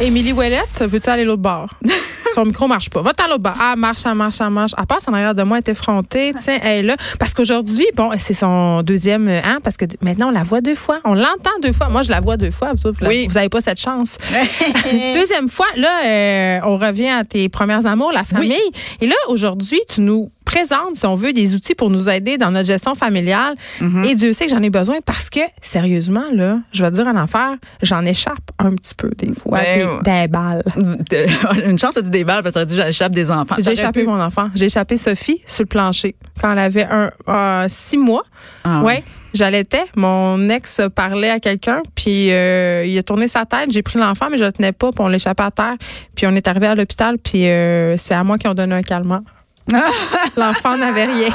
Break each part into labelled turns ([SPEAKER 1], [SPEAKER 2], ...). [SPEAKER 1] Émilie Ouellette, veux-tu aller l'autre bord? Son micro marche pas. Va-t'en l'autre bord. Ah, marche, elle marche, elle marche. Elle passe en arrière de moi, elle est effrontée. Tiens, elle est là. Parce qu'aujourd'hui, bon, c'est son deuxième euh, an, parce que d- maintenant, on la voit deux fois. On l'entend deux fois. Moi, je la vois deux fois. Vous autres, vous la-
[SPEAKER 2] Oui.
[SPEAKER 1] vous n'avez pas cette chance. Deuxième fois, là, euh, on revient à tes premières amours, la famille. Et là, aujourd'hui, tu nous présentes, si on veut, des outils pour nous aider dans notre gestion familiale.
[SPEAKER 2] Mhm.
[SPEAKER 1] Et Dieu sait que j'en ai besoin parce que, sérieusement, là, je vais te dire à l'enfer, j'en échappe un petit peu des fois,
[SPEAKER 2] Ben,
[SPEAKER 1] des,
[SPEAKER 2] ouais.
[SPEAKER 1] des balles.
[SPEAKER 2] De- Une chance, ça dit des balles parce que ça dit j'échappe des enfants.
[SPEAKER 1] J'ai
[SPEAKER 2] T'aurais
[SPEAKER 1] échappé
[SPEAKER 2] pu-
[SPEAKER 1] mon enfant. J'ai échappé Sophie sur le plancher quand elle avait un euh, six mois.
[SPEAKER 2] Ah,
[SPEAKER 1] ouais. J'allaitais, mon ex parlait à quelqu'un, puis euh, il a tourné sa tête, j'ai pris l'enfant, mais je le tenais pas, puis on l'échappait à terre, puis on est arrivé à l'hôpital, puis euh, c'est à moi qu'ils ont donné un calmant. l'enfant n'avait rien,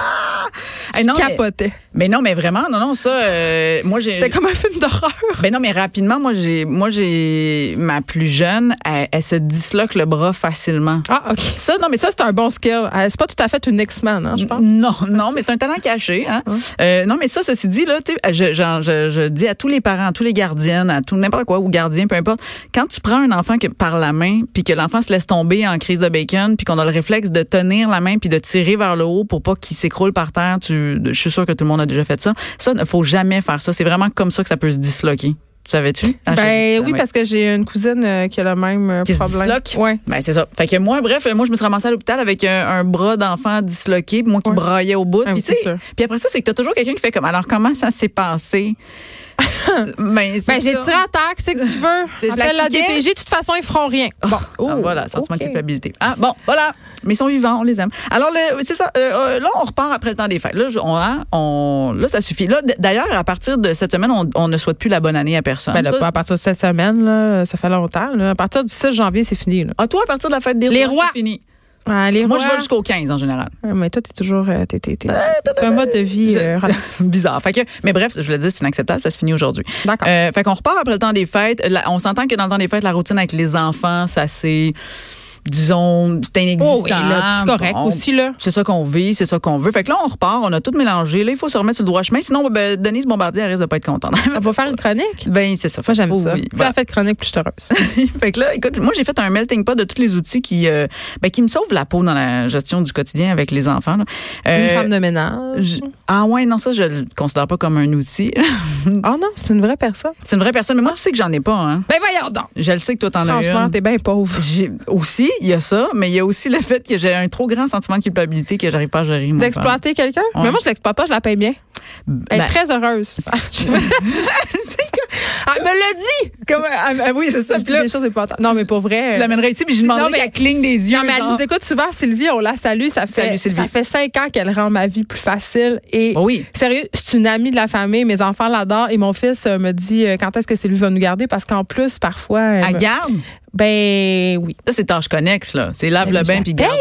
[SPEAKER 2] Eh non, mais,
[SPEAKER 1] capotait.
[SPEAKER 2] mais non, mais vraiment, non, non, ça, euh, moi j'ai.
[SPEAKER 1] C'était comme un film d'horreur.
[SPEAKER 2] Ben non, mais rapidement, moi j'ai, moi j'ai ma plus jeune, elle, elle se disloque le bras facilement.
[SPEAKER 1] Ah, OK.
[SPEAKER 2] Ça, non, mais
[SPEAKER 1] Mais ça, c'est un bon skill. Euh, C'est pas tout à fait une X-Men, hein, je pense.
[SPEAKER 2] Non, non, mais c'est un talent caché. Hein? Euh, non, mais ça, ceci dit, là, tu sais, je, genre, je, je dis à tous les parents, à tous les gardiennes, à tout n'importe quoi, ou gardiens, peu importe, quand tu prends un enfant que, par la main, puis que l'enfant se laisse tomber en crise de bacon, puis qu'on a le réflexe de tenir la main puis de tirer vers le haut pour pas qu'il s'écroule par terre, tu, je suis sûre que tout le monde a déjà fait ça. Ça, ne faut jamais faire ça. C'est vraiment comme ça que ça peut se disloquer. Tu savais-tu?
[SPEAKER 1] Ben oui,
[SPEAKER 2] parce que
[SPEAKER 1] parce que j'ai une cousine euh, qui a le même euh,
[SPEAKER 2] Qui se
[SPEAKER 1] problème.
[SPEAKER 2] disloque?
[SPEAKER 1] Ouais.
[SPEAKER 2] Ben, c'est ça. Fait que moi, bref, moi, je me suis ramassée à l'hôpital avec un, un bras d'enfant disloqué, puis moi qui
[SPEAKER 1] Ouais.
[SPEAKER 2] braillais au bout.
[SPEAKER 1] Ah oui,
[SPEAKER 2] puis, tu sais,
[SPEAKER 1] c'est sûr.
[SPEAKER 2] puis après ça, c'est que t'as toujours quelqu'un qui fait comme, alors comment ça s'est passé? ben, c'est
[SPEAKER 1] Ben, j'ai
[SPEAKER 2] ça.
[SPEAKER 1] tiré à terre, qu'est-ce que tu
[SPEAKER 2] sais,
[SPEAKER 1] veux?
[SPEAKER 2] je la
[SPEAKER 1] Appelle la
[SPEAKER 2] kickais.
[SPEAKER 1] DPJ, de toute façon, ils feront rien. Bon.
[SPEAKER 2] Ah,
[SPEAKER 1] Oh,
[SPEAKER 2] voilà, sentiment
[SPEAKER 1] OK.
[SPEAKER 2] de culpabilité. Ah, bon, voilà. Mais ils sont vivants, on les aime. Alors, le- c'est ça. euh, euh, là, on repart après le temps des fêtes. Là, je- on, hein, on- là ça suffit. Là, d- d'ailleurs, à partir de cette semaine, on, on ne souhaite plus la bonne année à personne.
[SPEAKER 1] Ben là,
[SPEAKER 2] Ça-
[SPEAKER 1] pas à partir de cette semaine, là, ça fait longtemps. là. À partir du 6 janvier, c'est fini. Là.
[SPEAKER 2] ah, toi, à partir de la fête des
[SPEAKER 1] Les rois.
[SPEAKER 2] c'est fini.
[SPEAKER 1] Ah, les
[SPEAKER 2] Moi,
[SPEAKER 1] rois-
[SPEAKER 2] je vais jusqu'au 15 en général.
[SPEAKER 1] Ah, mais toi, t'es toujours. euh, t'es, t'es- t'es- t'as un mode de vie.
[SPEAKER 2] Je-
[SPEAKER 1] euh, relax.
[SPEAKER 2] C'est bizarre. Fait que, mais bref, je le dis, c'est inacceptable, ça se finit aujourd'hui.
[SPEAKER 1] D'accord.
[SPEAKER 2] Euh, fait qu'on repart après le temps des fêtes. La- on s'entend que dans le temps des fêtes, la routine avec les enfants, ça c'est, disons, c'est inexistant.
[SPEAKER 1] oh, oui, là, c'est correct
[SPEAKER 2] Bon,
[SPEAKER 1] aussi, là.
[SPEAKER 2] C'est ça qu'on vit, c'est ça qu'on veut. Fait que là, on repart, on a tout mélangé. Là, il faut se remettre sur le droit chemin. Sinon, ben, Denise Bombardier, elle risque de pas être contente.
[SPEAKER 1] On va faire une chronique?
[SPEAKER 2] ben, c'est ça. Fait
[SPEAKER 1] Moi,
[SPEAKER 2] que
[SPEAKER 1] j'aime
[SPEAKER 2] faut-
[SPEAKER 1] ça.
[SPEAKER 2] oui,
[SPEAKER 1] Plus
[SPEAKER 2] voilà.
[SPEAKER 1] la fête chronique, plus je suis heureuse.
[SPEAKER 2] Fait que là, écoute, moi, j'ai fait un melting pot de tous les outils qui, euh, ben, qui me sauvent la peau dans la gestion du quotidien avec les enfants. là.
[SPEAKER 1] Une
[SPEAKER 2] Euh,
[SPEAKER 1] femme de hein? ménage.
[SPEAKER 2] je- ah ouais, non, ça, je le considère pas comme un outil.
[SPEAKER 1] Oh non, c'est une vraie personne.
[SPEAKER 2] C'est une vraie personne, mais moi, tu sais que j'en ai pas, hein.
[SPEAKER 1] Ben voyons donc.
[SPEAKER 2] Je le sais que toi, t'en as
[SPEAKER 1] Franchement,
[SPEAKER 2] une.
[SPEAKER 1] t'es bien pauvre.
[SPEAKER 2] J'ai- Aussi, il y a ça, mais il y a aussi le fait que j'ai un trop grand sentiment de culpabilité que j'arrive pas à gérer. mon père.
[SPEAKER 1] D'exploiter quelqu'un?
[SPEAKER 2] Ouais.
[SPEAKER 1] Mais moi, je l'exploite pas, je la paye bien. Elle est
[SPEAKER 2] Ben,
[SPEAKER 1] très heureuse.
[SPEAKER 2] c'est-
[SPEAKER 1] Ah, Elle me l'a dit!
[SPEAKER 2] comme, ah, ah oui, c'est ça.
[SPEAKER 1] Je
[SPEAKER 2] Puis
[SPEAKER 1] dis
[SPEAKER 2] là,
[SPEAKER 1] des choses importantes. Non, mais pour vrai.
[SPEAKER 2] tu
[SPEAKER 1] euh,
[SPEAKER 2] l'amènerais ici, puis je lui
[SPEAKER 1] Non,
[SPEAKER 2] demanderais
[SPEAKER 1] mais-
[SPEAKER 2] qu'elle cligne des yeux.
[SPEAKER 1] Non, mais elle
[SPEAKER 2] genre.
[SPEAKER 1] nous écoute souvent, Sylvie, on la salue. Ça fait,
[SPEAKER 2] Salut, Sylvie.
[SPEAKER 1] ça fait cinq ans qu'elle rend ma vie plus facile. Et
[SPEAKER 2] Oh oui.
[SPEAKER 1] sérieux, c'est une amie de la famille. Mes enfants l'adorent. Et mon fils euh, me dit euh, quand est-ce que Sylvie va nous garder parce qu'en plus, parfois. euh,
[SPEAKER 2] Elle garde.
[SPEAKER 1] ben oui.
[SPEAKER 2] Là, c'est tâche connexe, là. C'est lave
[SPEAKER 1] Mais
[SPEAKER 2] le
[SPEAKER 1] je
[SPEAKER 2] bain,
[SPEAKER 1] la
[SPEAKER 2] puis
[SPEAKER 1] paye,
[SPEAKER 2] garde.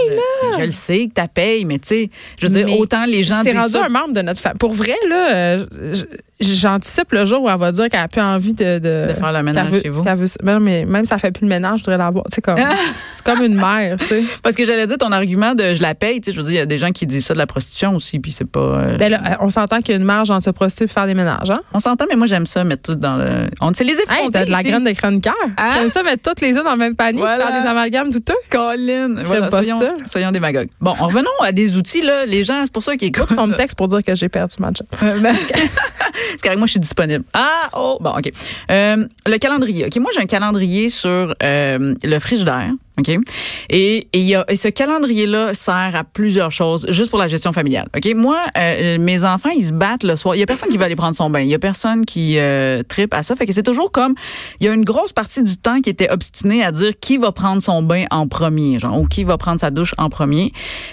[SPEAKER 2] le- Je le sais que t'as paye, mais tu sais, je veux
[SPEAKER 1] Mais
[SPEAKER 2] dire, autant les gens
[SPEAKER 1] C'est
[SPEAKER 2] disent
[SPEAKER 1] rendu
[SPEAKER 2] ça.
[SPEAKER 1] un membre de notre famille. Pour vrai, là, euh, j- j'anticipe le jour où elle va dire qu'elle n'a plus envie de. De,
[SPEAKER 2] De faire le ménage
[SPEAKER 1] qu'elle veut-
[SPEAKER 2] chez vous.
[SPEAKER 1] qu'elle veut- Ben non, mais même si ça fait plus le ménage, je voudrais l'avoir. Tu sais, comme. c'est comme une mère, tu sais.
[SPEAKER 2] Parce que j'allais dire ton argument de je la paye, tu sais, je veux dire, il y a des gens qui disent ça de la prostitution aussi, puis c'est pas. euh,
[SPEAKER 1] Ben là, euh, on s'entend qu'il y a une marge entre se prostituer et faire des ménages, hein?
[SPEAKER 2] On s'entend, mais moi, j'aime ça mettre tout dans le. On sait les effrontés.
[SPEAKER 1] Hey, t'as de la
[SPEAKER 2] ici.
[SPEAKER 1] graine de chroniqueur.
[SPEAKER 2] Hein?
[SPEAKER 1] T'aimes ça mettre toutes les œufs dans le même panier,
[SPEAKER 2] Voilà.
[SPEAKER 1] faire des amalgames douteux?
[SPEAKER 2] Colin. Voilà,
[SPEAKER 1] pas
[SPEAKER 2] soyons,
[SPEAKER 1] ça.
[SPEAKER 2] soyons démagogues. Bon, en revenons à des outils, là. Les gens, c'est pour ça qu'ils écoutent.
[SPEAKER 1] Son texte pour dire que j'ai perdu ma job.
[SPEAKER 2] Euh, C'est correct, ben, moi, je suis disponible. Ah, oh, bon, OK. Euh, le calendrier. OK, moi, j'ai un calendrier sur euh, le frigidaire. OK? Et, et il y a, et ce calendrier-là sert à plusieurs choses, juste pour la gestion familiale. OK? Moi, euh, mes enfants, ils se battent le soir. Il y a personne qui va aller prendre son bain. Il y a personne qui euh, tripe à ça. Fait que c'est toujours comme, il y a une grosse partie du temps qui était obstinée à dire qui va prendre son bain en premier, genre, ou qui va prendre sa douche en premier.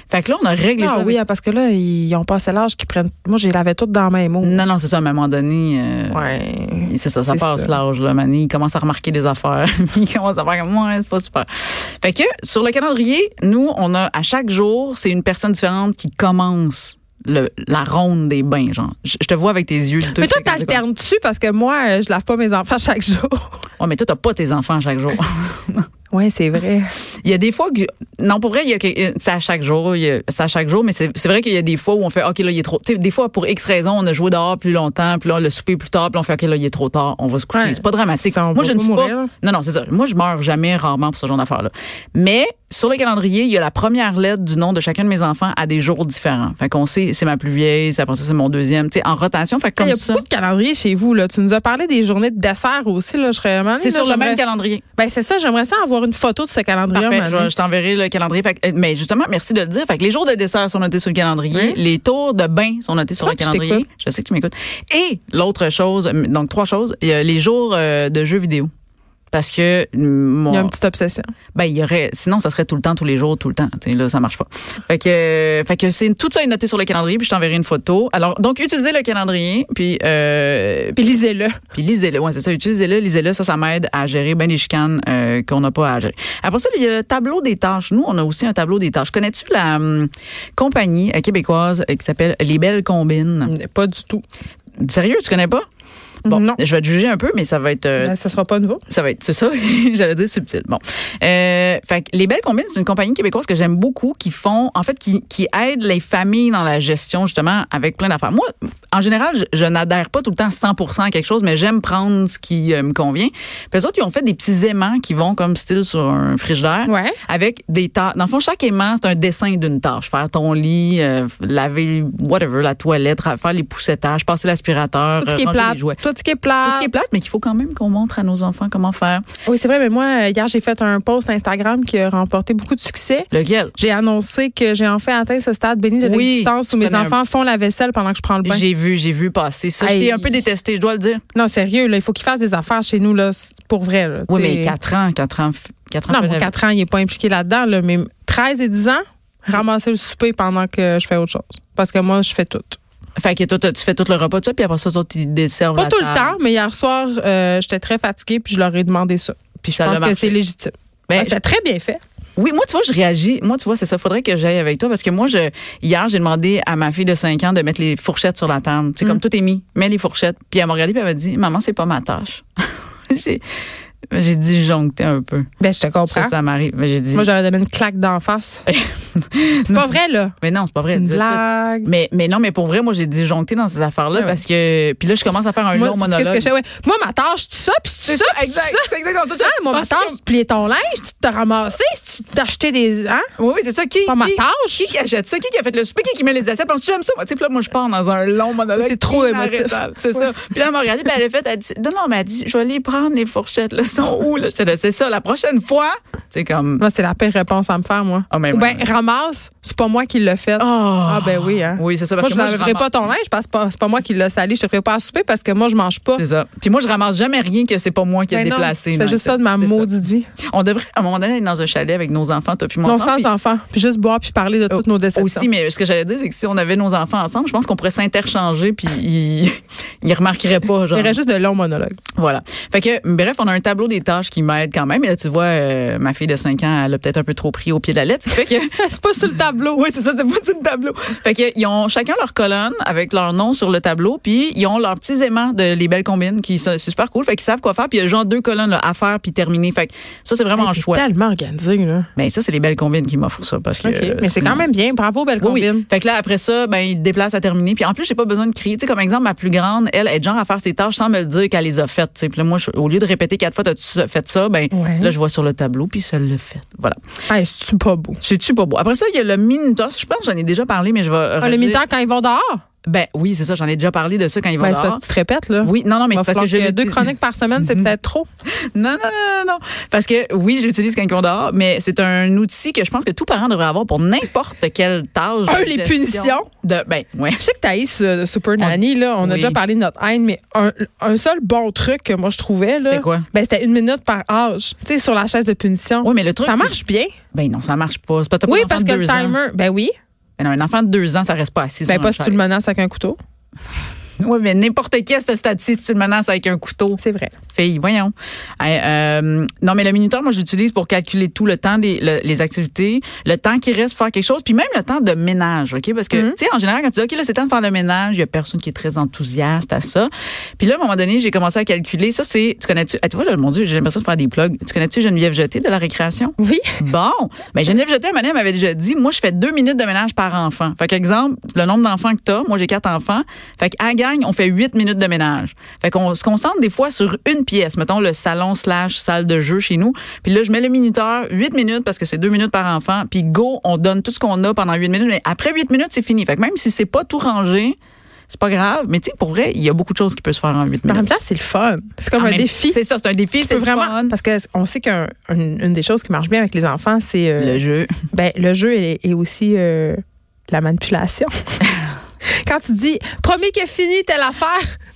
[SPEAKER 2] Fait que là, on a réglé ça.
[SPEAKER 1] Ah
[SPEAKER 2] avec-
[SPEAKER 1] oui, parce que là, ils ont passé l'âge qu'ils prennent. Moi, je les lavais toutes dans le même eau.
[SPEAKER 2] Non, non, c'est ça, à un moment donné. euh,
[SPEAKER 1] Mm. Ouais.
[SPEAKER 2] C'est ça, ça
[SPEAKER 1] C'est
[SPEAKER 2] passe
[SPEAKER 1] ça.
[SPEAKER 2] l'âge, là, Mané. Il commence à remarquer des affaires. il commence à faire comme, ouais, c'est pas super. Fait que, sur le calendrier, nous, on a, à chaque jour, c'est une personne différente qui commence le, la ronde des bains, genre. Je, je te vois avec tes yeux. douteux,
[SPEAKER 1] Mais toi,
[SPEAKER 2] tu fais comme-
[SPEAKER 1] t'alternes-tu parce que moi, euh, je lave pas mes enfants chaque jour.
[SPEAKER 2] Ouais, mais toi, t'as pas tes enfants à chaque jour.
[SPEAKER 1] Oui, c'est vrai.
[SPEAKER 2] il y a des fois que, non, pour vrai, il y a que- euh, c'est à chaque jour, il y a- c'est à chaque jour, mais c'est c'est vrai qu'il y a des fois où on fait, OK, là, il est trop. Tu sais, des fois, pour X raison, on a joué dehors plus longtemps, puis là, on l'a soupé plus tard, puis on fait, OK, là, il est trop tard, on va se coucher.
[SPEAKER 1] Ouais.
[SPEAKER 2] C'est pas dramatique.
[SPEAKER 1] Ça, on
[SPEAKER 2] Moi,
[SPEAKER 1] va
[SPEAKER 2] je ne
[SPEAKER 1] pas
[SPEAKER 2] suis pas.
[SPEAKER 1] mourir.
[SPEAKER 2] Non, non, c'est ça. Moi, je meurs jamais, rarement pour ce genre d'affaires-là. Mais sur le calendrier, il y a la première lettre du nom de chacun de mes enfants à des jours différents. Fait qu'on sait, c'est ma plus vieille, c'est après ça, c'est mon deuxième, tu sais, en rotation. Fait que
[SPEAKER 1] Il Ah, y
[SPEAKER 2] comme
[SPEAKER 1] a
[SPEAKER 2] ça,
[SPEAKER 1] beaucoup de calendriers chez vous. Là. Tu nous as parlé des journées de dessert aussi. Là. Je serais vraiment.
[SPEAKER 2] c'est
[SPEAKER 1] là,
[SPEAKER 2] sur le
[SPEAKER 1] j'aimerais-
[SPEAKER 2] même calendrier.
[SPEAKER 1] Ben, c'est ça, j'aimerais ça avoir une photo de ce calendrier. un
[SPEAKER 2] Parfait,
[SPEAKER 1] moment
[SPEAKER 2] je,
[SPEAKER 1] donné.
[SPEAKER 2] vais- je t'enverrai le calendrier. Fait que, euh, mais justement, merci de le dire. Fait que les jours de dessert sont notés sur le calendrier. Les tours de bain sont notés sur
[SPEAKER 1] Je
[SPEAKER 2] le
[SPEAKER 1] crois que je
[SPEAKER 2] calendrier.
[SPEAKER 1] t'écoute.
[SPEAKER 2] Je sais que tu m'écoutes. Et l'autre chose, euh, donc trois choses, il y a les jours euh, de jeux vidéo. Parce que euh, mon,
[SPEAKER 1] Il y a une petite obsession.
[SPEAKER 2] ben il y aurait sinon ça serait tout le temps tous les jours tout le temps tu sais là ça marche pas fait que euh, fait que c'est tout ça est noté sur le calendrier puis je t'enverrai une photo alors donc utilisez le calendrier puis euh,
[SPEAKER 1] Puis lisez-le.
[SPEAKER 2] puis lisez-le, ouais, c'est ça, utilisez-le, lisez-le, ça, ça m'aide à gérer bien des chicanes euh, qu'on n'a pas à gérer. Après ça, il y a le tableau des tâches. Nous, on a aussi un tableau des tâches. Connais-tu la hum, compagnie euh, québécoise euh, qui s'appelle Les Belles Combines?
[SPEAKER 1] Pas du tout.
[SPEAKER 2] Sérieux, tu connais pas? Bon,
[SPEAKER 1] Non.
[SPEAKER 2] je vais te juger un peu, mais ça va être... euh,
[SPEAKER 1] Ben, ça sera pas nouveau.
[SPEAKER 2] ça va être, c'est ça, j'allais dire subtil. Bon. Euh, fait que Les Belles Combines, c'est une compagnie québécoise que j'aime beaucoup qui font, en fait, qui, qui aide les familles dans la gestion, justement, avec plein d'affaires. Moi, en général, je, je n'adhère pas tout le temps 100% à quelque chose, mais j'aime prendre ce qui euh, me convient. Puis eux autres, ils ont fait des petits aimants qui vont comme style sur un frigidaire
[SPEAKER 1] Ouais.
[SPEAKER 2] avec des tâches. Dans le fond, chaque aimant, c'est un dessin d'une tâche. Faire ton lit, euh, laver, whatever, la toilette, ra- faire les poussettages, passer l'aspirateur,
[SPEAKER 1] Tout ce qui
[SPEAKER 2] euh,
[SPEAKER 1] est
[SPEAKER 2] ranger les
[SPEAKER 1] plate.
[SPEAKER 2] jouets.
[SPEAKER 1] Tout ce qui est
[SPEAKER 2] Tout ce
[SPEAKER 1] plate.
[SPEAKER 2] qui est plate, mais qu'il faut quand même qu'on montre à nos enfants comment faire.
[SPEAKER 1] Oui, c'est vrai, mais moi, hier, j'ai fait un post Instagram qui a remporté beaucoup de succès.
[SPEAKER 2] Lequel?
[SPEAKER 1] J'ai annoncé que j'ai enfin atteint ce stade béni de
[SPEAKER 2] Oui,
[SPEAKER 1] l'existence où
[SPEAKER 2] je
[SPEAKER 1] mes
[SPEAKER 2] connais un-
[SPEAKER 1] enfants font la vaisselle pendant que je prends le bain.
[SPEAKER 2] J'ai vu, j'ai vu passer ça.
[SPEAKER 1] Aïe.
[SPEAKER 2] Je t'ai un peu détesté, je dois le dire.
[SPEAKER 1] Non, sérieux, là, il faut qu'ils fassent des affaires chez nous, là, c'est pour vrai. Là,
[SPEAKER 2] Oui,
[SPEAKER 1] T'sais,
[SPEAKER 2] mais 4 ans, 4 ans, 4 ans.
[SPEAKER 1] Non,
[SPEAKER 2] je
[SPEAKER 1] mon
[SPEAKER 2] l'avais.
[SPEAKER 1] 4 ans, il n'est pas impliqué là-dedans, là, mais 13 et 10 ans, ramasser le souper pendant que je fais autre chose. Parce que moi, je fais tout.
[SPEAKER 2] Fait que toi, t'as- tu fais tout le repas, de ça, puis après ça, eux autres, ils desservent
[SPEAKER 1] Pas
[SPEAKER 2] la
[SPEAKER 1] tout le
[SPEAKER 2] table.
[SPEAKER 1] temps, mais hier soir, euh, j'étais très fatiguée puis je leur ai demandé ça.
[SPEAKER 2] Puis
[SPEAKER 1] Je
[SPEAKER 2] ça
[SPEAKER 1] pense
[SPEAKER 2] l'a
[SPEAKER 1] que c'est
[SPEAKER 2] marché.
[SPEAKER 1] légitime.
[SPEAKER 2] Ben,
[SPEAKER 1] Ah, C'était très bien fait.
[SPEAKER 2] Oui, moi, tu vois, je réagis. Moi, tu vois, c'est ça. Faudrait que j'aille avec toi parce que moi, je, hier, j'ai demandé à ma fille de 5 ans de mettre les fourchettes sur la table.
[SPEAKER 1] Mm.
[SPEAKER 2] C'est comme tout est mis. Mets les fourchettes. Puis elle m'a regardé puis elle m'a dit, maman, c'est pas ma tâche. j'ai, j'ai dit joncter un peu.
[SPEAKER 1] Ben, je te comprends.
[SPEAKER 2] Ça, ça m'arrive. Mais j'ai dit,
[SPEAKER 1] Moi, j'aurais donné une claque d'en face. c'est pas vrai, là.
[SPEAKER 2] mais non, c'est pas vrai.
[SPEAKER 1] C'est une
[SPEAKER 2] Dis-le tout de suite.
[SPEAKER 1] blague.
[SPEAKER 2] Mais, mais non, mais pour vrai, moi, j'ai disjoncté dans ces affaires-là
[SPEAKER 1] Ah ouais.
[SPEAKER 2] parce que. Puis là, je commence à faire un
[SPEAKER 1] Moi,
[SPEAKER 2] long
[SPEAKER 1] c'est ce que- ce
[SPEAKER 2] monologue.
[SPEAKER 1] que je fais, ouais. Moi, ma tâche, tu ça, puis tu ça, puis tu ça.
[SPEAKER 2] exact. C'est exactement ça. Ah,
[SPEAKER 1] Hein, moi, ma
[SPEAKER 2] Parce que-
[SPEAKER 1] tâche, tu plies ton linge, tu t'as ramassé, si tu t'as acheté des. Hein?
[SPEAKER 2] Oui, oui, c'est ça. Qui,
[SPEAKER 1] Pas ma
[SPEAKER 2] qui,
[SPEAKER 1] tâche.
[SPEAKER 2] qui qui achète ça? Qui qui a fait le souper? Qui qui met les assiettes? Parce que j'aime ça. moi. Tu sais, puis là, moi, je pars dans un long monologue.
[SPEAKER 1] C'est trop émotif.
[SPEAKER 2] inarrêtable. C'est ça. Puis là, elle m'a regardé, puis elle a fait, elle a dit, non, non, mais elle a dit, je vais aller prendre les fourchettes, là. Sont où, là? J'étais là, C'est ça, la prochaine fois. C'est comme.
[SPEAKER 1] Moi, c'est la pire réponse à me faire, moi.
[SPEAKER 2] Ah, mais
[SPEAKER 1] Ou
[SPEAKER 2] ouais,
[SPEAKER 1] bien, ramasse, c'est pas moi qui l'ai fait. Ah, ben oui, hein.
[SPEAKER 2] oh. Oui, c'est ça. Parce
[SPEAKER 1] Moi, je
[SPEAKER 2] que
[SPEAKER 1] ne laverai
[SPEAKER 2] ramasse-
[SPEAKER 1] pas ton linge parce que c'est pas- c'est pas moi qui l'ai sali. Je te ferai pas à souper parce que moi, je mange pas.
[SPEAKER 2] C'est ça. Puis moi, je ramasse jamais rien que c'est pas moi qui ai
[SPEAKER 1] Ben non,
[SPEAKER 2] déplacé.
[SPEAKER 1] je
[SPEAKER 2] non,
[SPEAKER 1] fais juste
[SPEAKER 2] c'est-
[SPEAKER 1] ça de ma
[SPEAKER 2] c'est ça.
[SPEAKER 1] maudite vie.
[SPEAKER 2] On devrait, à un moment donné, être dans un chalet avec nos enfants, toi puis mon
[SPEAKER 1] Non,
[SPEAKER 2] enfant,
[SPEAKER 1] sans enfants. Puis juste boire puis parler de toutes nos déceptions.
[SPEAKER 2] Oh, Aussi, mais ce que j'allais dire, c'est que si on avait nos enfants ensemble, je pense qu'on pourrait s'interchanger puis ils, ils remarqueraient pas.
[SPEAKER 1] Il y
[SPEAKER 2] Genre.
[SPEAKER 1] aurait juste de longs monologues.
[SPEAKER 2] Voilà. Fait que, bref, on a un tableau des tâches qui m'aide quand même. Et là, tu vois, euh, ma fille de 5 ans, elle a peut-être un peu trop pris au pied de la lettre. Ce qui Fait que,
[SPEAKER 1] c'est pas sur le tableau.
[SPEAKER 2] oui, c'est ça, c'est pas sur le tableau. Fait que, ils ont chacun leur colonne avec leur nom sur le tableau, puis ils ont leurs petits aimants de les belles combines qui sont c'est super cool. Fait qu'ils savent quoi faire, puis il y a genre deux colonnes là, à faire puis terminer. Fait que ça, c'est vraiment
[SPEAKER 1] Hey, t'es
[SPEAKER 2] chouette.
[SPEAKER 1] tellement organisé, là.
[SPEAKER 2] Mais ça, c'est les belles combines qui m'offrent ça parce que.
[SPEAKER 1] OK.
[SPEAKER 2] euh,
[SPEAKER 1] mais c'est
[SPEAKER 2] sinon-
[SPEAKER 1] quand même bien. Bravo, belle
[SPEAKER 2] Oui,
[SPEAKER 1] combine.
[SPEAKER 2] oui. Fait que là, après ça, ben, il te déplace à terminer. Puis en plus, j'ai pas besoin de crier. Tu sais, comme exemple, ma plus grande, elle, elle est genre à faire ses tâches sans me le dire qu'elle les a faites. tu sais. Puis là, moi, je- au lieu de répéter quatre fois, t'as-tu ça- fait ça? Ben,
[SPEAKER 1] Ouais.
[SPEAKER 2] là, je vois sur le tableau, puis ça le fait. Voilà.
[SPEAKER 1] Hey, c'est-tu pas beau?
[SPEAKER 2] C'est-tu pas beau? Après ça, il y a le minuteur. Je pense que j'en ai déjà parlé, mais je vais.
[SPEAKER 1] Ah, le
[SPEAKER 2] redire.
[SPEAKER 1] militaire, quand ils vont dehors?
[SPEAKER 2] Ben oui, c'est ça. J'en ai déjà parlé de ça quand ils vont
[SPEAKER 1] Ben, c'est parce
[SPEAKER 2] dehors.
[SPEAKER 1] que tu te répètes, là.
[SPEAKER 2] Oui, non, non, mais
[SPEAKER 1] Va
[SPEAKER 2] c'est parce
[SPEAKER 1] falloir
[SPEAKER 2] que je
[SPEAKER 1] que
[SPEAKER 2] l'ai
[SPEAKER 1] deux
[SPEAKER 2] dit-
[SPEAKER 1] chroniques par semaine,
[SPEAKER 2] Mm-hmm.
[SPEAKER 1] c'est peut-être trop.
[SPEAKER 2] Non, non, non, non, non. Parce que oui, je l'utilise quand ils vont dehors, mais c'est un outil que je pense que tout parent devrait avoir pour n'importe quelle tâche.
[SPEAKER 1] Un,
[SPEAKER 2] de
[SPEAKER 1] les
[SPEAKER 2] gestion
[SPEAKER 1] punitions.
[SPEAKER 2] De, ben, ouais.
[SPEAKER 1] Je sais que Thaïs euh, Super Nanny, là, on a
[SPEAKER 2] Oui.
[SPEAKER 1] déjà parlé de notre haine, mais un, un seul bon truc que moi je trouvais, là,
[SPEAKER 2] C'était quoi?
[SPEAKER 1] Ben, c'était une minute par âge, tu sais, sur la chaise de punition.
[SPEAKER 2] Oui, mais le truc,
[SPEAKER 1] ça
[SPEAKER 2] c'est-
[SPEAKER 1] marche bien.
[SPEAKER 2] Ben non, ça marche pas. C'est pas t'as pas
[SPEAKER 1] Oui,
[SPEAKER 2] un enfant
[SPEAKER 1] parce
[SPEAKER 2] de
[SPEAKER 1] que le
[SPEAKER 2] deux ans.
[SPEAKER 1] timer, ben oui,
[SPEAKER 2] Ben non, un enfant de deux ans, ça reste pas assis
[SPEAKER 1] ben
[SPEAKER 2] sur
[SPEAKER 1] pas
[SPEAKER 2] un
[SPEAKER 1] si tu le menaces avec un couteau.
[SPEAKER 2] Oui, mais n'importe qui à ce stade-ci, si tu le menaces avec un couteau.
[SPEAKER 1] C'est vrai.
[SPEAKER 2] Fille, voyons. Hey, euh, non, mais le minuteur, moi, je l'utilise pour calculer tout le temps des le- les activités, le temps qui reste pour faire quelque chose, puis même le temps de ménage, OK? Parce que,
[SPEAKER 1] Mhm.
[SPEAKER 2] tu sais, en général, quand tu dis, OK, là, c'est temps de faire le ménage, il y a personne qui est très enthousiaste à ça. Puis là, à un moment donné, j'ai commencé à calculer. Ça, c'est, tu connais-tu, ah, tu vois, là, mon Dieu, j'ai l'impression de faire des plugs. Tu connais-tu Geneviève Jeté de la récréation?
[SPEAKER 1] Oui.
[SPEAKER 2] Bon, ben Geneviève Jeté, un moment donné, elle m'avait déjà dit, moi, je fais deux minutes de ménage par enfant. Fait qu'exemple, le nombre d'enfants que t'as, moi, j'ai quatre enfants. Fait qu'à la gang, on fait huit minutes de ménage. Fait qu'on se concentre des fois sur une pièce, mettons le salon slash salle de jeu chez nous. Puis là, je mets le minuteur, huit minutes, parce que c'est deux minutes par enfant. Puis go, on donne tout ce qu'on a pendant huit minutes. Mais après huit minutes, c'est fini. Fait que même si c'est pas tout rangé, c'est pas grave. Mais tu sais, pour vrai, il y a beaucoup de choses qui peuvent se faire en huit
[SPEAKER 1] Mais en
[SPEAKER 2] minutes.
[SPEAKER 1] même temps, c'est le fun. C'est comme
[SPEAKER 2] En
[SPEAKER 1] un
[SPEAKER 2] même-
[SPEAKER 1] défi.
[SPEAKER 2] C'est ça, c'est un défi,
[SPEAKER 1] Tu
[SPEAKER 2] c'est
[SPEAKER 1] peux
[SPEAKER 2] le
[SPEAKER 1] vraiment
[SPEAKER 2] fun.
[SPEAKER 1] parce que on sait qu'une des choses qui marche bien avec les enfants, c'est euh,
[SPEAKER 2] Le jeu.
[SPEAKER 1] ben, le jeu et, et aussi euh, la manipulation. Quand tu dis promis que fini telle affaire,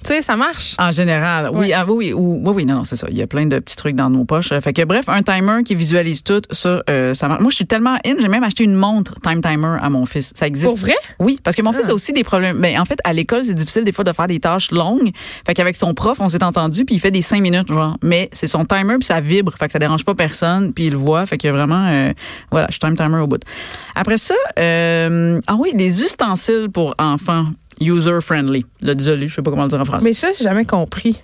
[SPEAKER 1] tu sais, ça marche.
[SPEAKER 2] En général, oui,
[SPEAKER 1] Ouais.
[SPEAKER 2] ah, oui, oui, ou- oui, oui, non, non, c'est ça. Il y a plein de petits trucs dans nos poches. Fait que bref, un timer qui visualise tout, ça, euh, ça marche. Moi, je suis tellement in, j'ai même acheté une montre time timer à mon fils. Ça existe.
[SPEAKER 1] Pour vrai? Ah.
[SPEAKER 2] Oui, parce que mon fils a aussi des problèmes. Ben, en fait, à l'école, c'est difficile des fois de faire des tâches longues. Fait qu'avec son prof, on s'est entendu, puis il fait des cinq minutes, genre. Mais c'est son timer, puis ça vibre. Fait que ça dérange pas personne, puis il le voit. Fait que vraiment, euh, voilà, je suis time timer au bout. Après ça, euh, ah oui, des ustensiles pour enfants. User friendly. Là, désolé, je sais pas comment le dire en français.
[SPEAKER 1] Mais ça, j'ai jamais compris.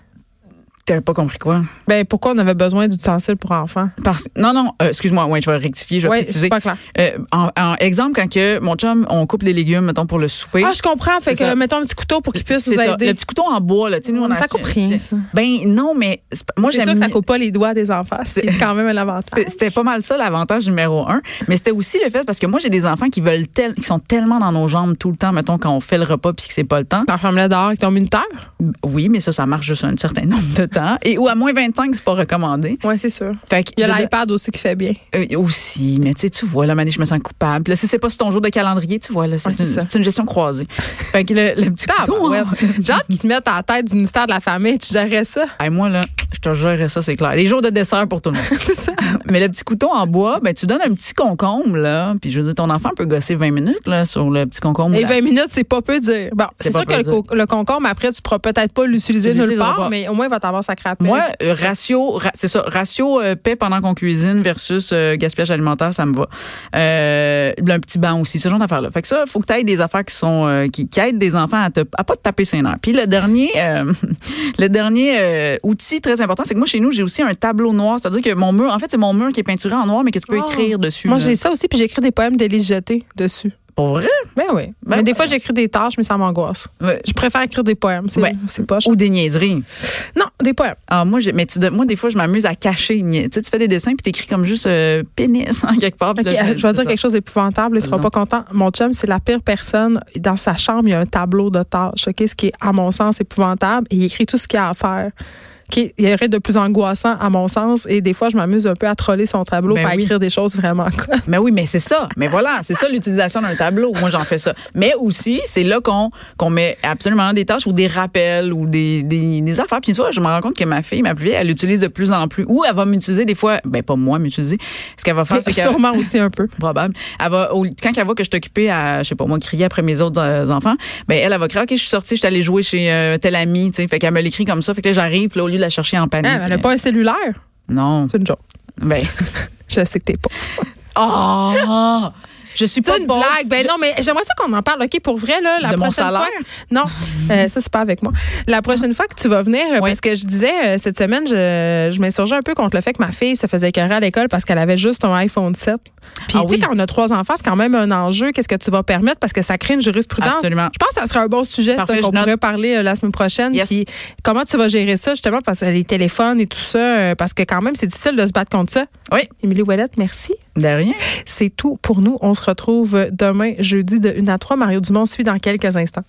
[SPEAKER 2] T'as pas compris quoi?
[SPEAKER 1] Ben pourquoi on avait besoin d'ustensiles pour enfants?
[SPEAKER 2] Parce- non, non, euh, excuse-moi, ouais, je vais rectifier, je vais
[SPEAKER 1] Oui,
[SPEAKER 2] préciser.
[SPEAKER 1] c'est pas clair.
[SPEAKER 2] Euh, en, en exemple, quand que mon chum, on coupe les légumes, mettons, pour le souper.
[SPEAKER 1] Ah, je comprends. Fait
[SPEAKER 2] C'est
[SPEAKER 1] que
[SPEAKER 2] ça.
[SPEAKER 1] mettons un petit couteau pour qu'ils puissent
[SPEAKER 2] c'est
[SPEAKER 1] nous
[SPEAKER 2] ça,
[SPEAKER 1] aider. Mmh,
[SPEAKER 2] le petit couteau en bois, là, tu sais, nous, on a
[SPEAKER 1] ça
[SPEAKER 2] acheté-
[SPEAKER 1] coupe rien, ça.
[SPEAKER 2] Ben non, mais c'est pas- moi
[SPEAKER 1] C'est sûr
[SPEAKER 2] j'aime
[SPEAKER 1] que ça
[SPEAKER 2] mieux-
[SPEAKER 1] coupe pas les doigts des enfants. C'est quand même un avantage.
[SPEAKER 2] C'était- C'était pas mal ça l'avantage numéro un, mais c'était aussi le fait parce que moi j'ai des enfants qui veulent tel, qui sont tellement dans nos jambes tout le temps, mettons quand on fait le repas puis que c'est pas le temps.
[SPEAKER 1] T'enfermes-le dehors avec ton minuteur?
[SPEAKER 2] Oui, mais ça ça marche juste un certain nombre de temps et ou à moins 25 c'est pas recommandé.
[SPEAKER 1] Oui, c'est sûr.
[SPEAKER 2] Fait que-
[SPEAKER 1] Il y a
[SPEAKER 2] de- de-
[SPEAKER 1] l'iPad aussi qui fait bien.
[SPEAKER 2] Euh, aussi, mais tu sais, tu vois, là, Mané, je me sens coupable. Puis Là, si c'est pas sur ton jour de calendrier, tu vois, là, c'est
[SPEAKER 1] Ouais, c'est
[SPEAKER 2] une,
[SPEAKER 1] ça.
[SPEAKER 2] c'est une gestion croisée. fait que le, le petit couteau, hein.
[SPEAKER 1] Tabarouette. Ah, ben J'ai hâte qu'ils te mettent à la tête du ministère de la Famille. Tu gérerais ça?
[SPEAKER 2] Hey, moi, là, je te gérerais ça, c'est clair. Les jours de dessert pour tout le monde.
[SPEAKER 1] c'est ça.
[SPEAKER 2] mais le petit couteau en bois, ben, tu donnes un petit concombre, là. Puis je veux dire, ton enfant peut gosser 20 minutes, là, sur le petit concombre.
[SPEAKER 1] Et
[SPEAKER 2] Là.
[SPEAKER 1] 20 minutes, c'est pas peu dire. Bon,
[SPEAKER 2] C'est
[SPEAKER 1] Mm. c'est
[SPEAKER 2] pas
[SPEAKER 1] sûr que
[SPEAKER 2] peu
[SPEAKER 1] le, co- le concombre, après, tu pourras peut-être pas l'utiliser
[SPEAKER 2] Tu
[SPEAKER 1] nulle
[SPEAKER 2] l'utiliseras
[SPEAKER 1] part,
[SPEAKER 2] pas.
[SPEAKER 1] mais au moins, il va t'avoir sa crapette.
[SPEAKER 2] Moi, euh, ratio, ra- c'est ça, ratio euh, paix pendant qu'on cuisine versus euh, gaspillage alimentaire, ça me va. Euh, un petit banc aussi, ce genre d'affaires-là. Fait que ça, faut que tu ailles des affaires qui sont euh, qui, qui aident des enfants à, te, à pas te taper ses nerfs. Puis le dernier, euh, le dernier euh, outil très important, c'est que moi chez nous j'ai aussi un tableau noir, c'est-à-dire que mon mur, en fait c'est mon mur qui est peinturé en noir, mais que tu peux
[SPEAKER 1] Oh.
[SPEAKER 2] écrire dessus.
[SPEAKER 1] Moi,
[SPEAKER 2] là.
[SPEAKER 1] j'ai ça aussi, puis j'écris des poèmes d'Élise Jeté dessus.
[SPEAKER 2] pour vrai.
[SPEAKER 1] Ben oui. mais des fois, j'écris des tâches, mais ça m'angoisse.
[SPEAKER 2] Ouais.
[SPEAKER 1] Je préfère écrire des poèmes. C'est
[SPEAKER 2] Ouais.
[SPEAKER 1] c'est poche.
[SPEAKER 2] Ou des niaiseries.
[SPEAKER 1] Non, des poèmes.
[SPEAKER 2] Ah, moi, j'ai- mais tu, de- moi, des fois, je m'amuse à cacher. une niais- Tu sais, tu fais des dessins puis t'écris comme juste euh, pénis en quelque part. puis
[SPEAKER 1] Ok, euh,
[SPEAKER 2] là,
[SPEAKER 1] je vais
[SPEAKER 2] c'est
[SPEAKER 1] dire
[SPEAKER 2] ça.
[SPEAKER 1] quelque chose d'épouvantable, il sera
[SPEAKER 2] Vas-y
[SPEAKER 1] pas content. Mon chum, c'est la pire personne. Dans sa chambre, il y a un tableau de tâches, ok, ce qui est, à mon sens, épouvantable. Et il écrit tout ce qu'il a à faire. ok. Il y aurait de plus angoissant, à mon sens. Et des fois, je m'amuse un peu à troller son tableau
[SPEAKER 2] Ben
[SPEAKER 1] pour
[SPEAKER 2] oui.
[SPEAKER 1] écrire des choses vraiment connes.
[SPEAKER 2] Mais oui, mais c'est ça. Mais voilà, c'est ça l'utilisation d'un tableau. Moi, j'en fais ça. Mais aussi, c'est là qu'on qu'on met absolument des tâches ou des rappels ou des, des, des affaires. Puis tu vois, je me rends compte que ma fille, ma plus vieille, elle l'utilise de plus en plus. Ou elle va m'utiliser des fois, ben pas moi m'utiliser. Ce qu'elle va faire, c'est qu'elle
[SPEAKER 1] Sûrement aussi un peu.
[SPEAKER 2] probable. Elle va au- quand elle voit que je suis occupée à je sais pas moi crier après mes autres euh, enfants, ben elle elle va crier OK, je suis sortie, je suis allée jouer chez euh, tel ami, tu sais, fait qu'elle me l'écrit comme ça, fait que là j'arrive, puis là, au lieu de la chercher en panique. euh,
[SPEAKER 1] Hein, elle n'a pas un cellulaire.
[SPEAKER 2] Non.
[SPEAKER 1] C'est une joke.
[SPEAKER 2] Ben
[SPEAKER 1] Je sais que t'es pas.
[SPEAKER 2] oh je suis pas
[SPEAKER 1] C'est une
[SPEAKER 2] bonne.
[SPEAKER 1] blague. Ben non, mais j'aimerais ça qu'on en parle. OK, pour vrai, là, la
[SPEAKER 2] De mon
[SPEAKER 1] prochaine
[SPEAKER 2] salaire?
[SPEAKER 1] fois. Non, euh, ça, c'est pas avec moi. La prochaine fois que tu vas venir, euh,
[SPEAKER 2] Oui.
[SPEAKER 1] parce que je disais, euh, cette semaine, je, je m'insurgeais un peu contre le fait que ma fille se faisait écœurer à l'école parce qu'elle avait juste un iPhone 7. Puis,
[SPEAKER 2] Ah
[SPEAKER 1] tu sais,
[SPEAKER 2] oui.
[SPEAKER 1] quand on a trois enfants, c'est quand même un enjeu. Qu'est-ce que tu vas permettre? Parce que ça crée une jurisprudence.
[SPEAKER 2] Absolument.
[SPEAKER 1] Je pense que ça serait un bon sujet, ça,
[SPEAKER 2] Parfait, je
[SPEAKER 1] qu'on
[SPEAKER 2] note.
[SPEAKER 1] pourrait parler euh, la semaine prochaine.
[SPEAKER 2] Yes.
[SPEAKER 1] Puis, comment tu vas gérer ça, justement, parce que les téléphones et tout ça, euh, parce que quand même, c'est difficile de se battre contre ça.
[SPEAKER 2] Oui.
[SPEAKER 1] Émilie Ouellette, merci.
[SPEAKER 2] De rien.
[SPEAKER 1] C'est tout pour nous. On se retrouve demain, jeudi, de 1 à 3. Mario Dumont suit dans quelques instants.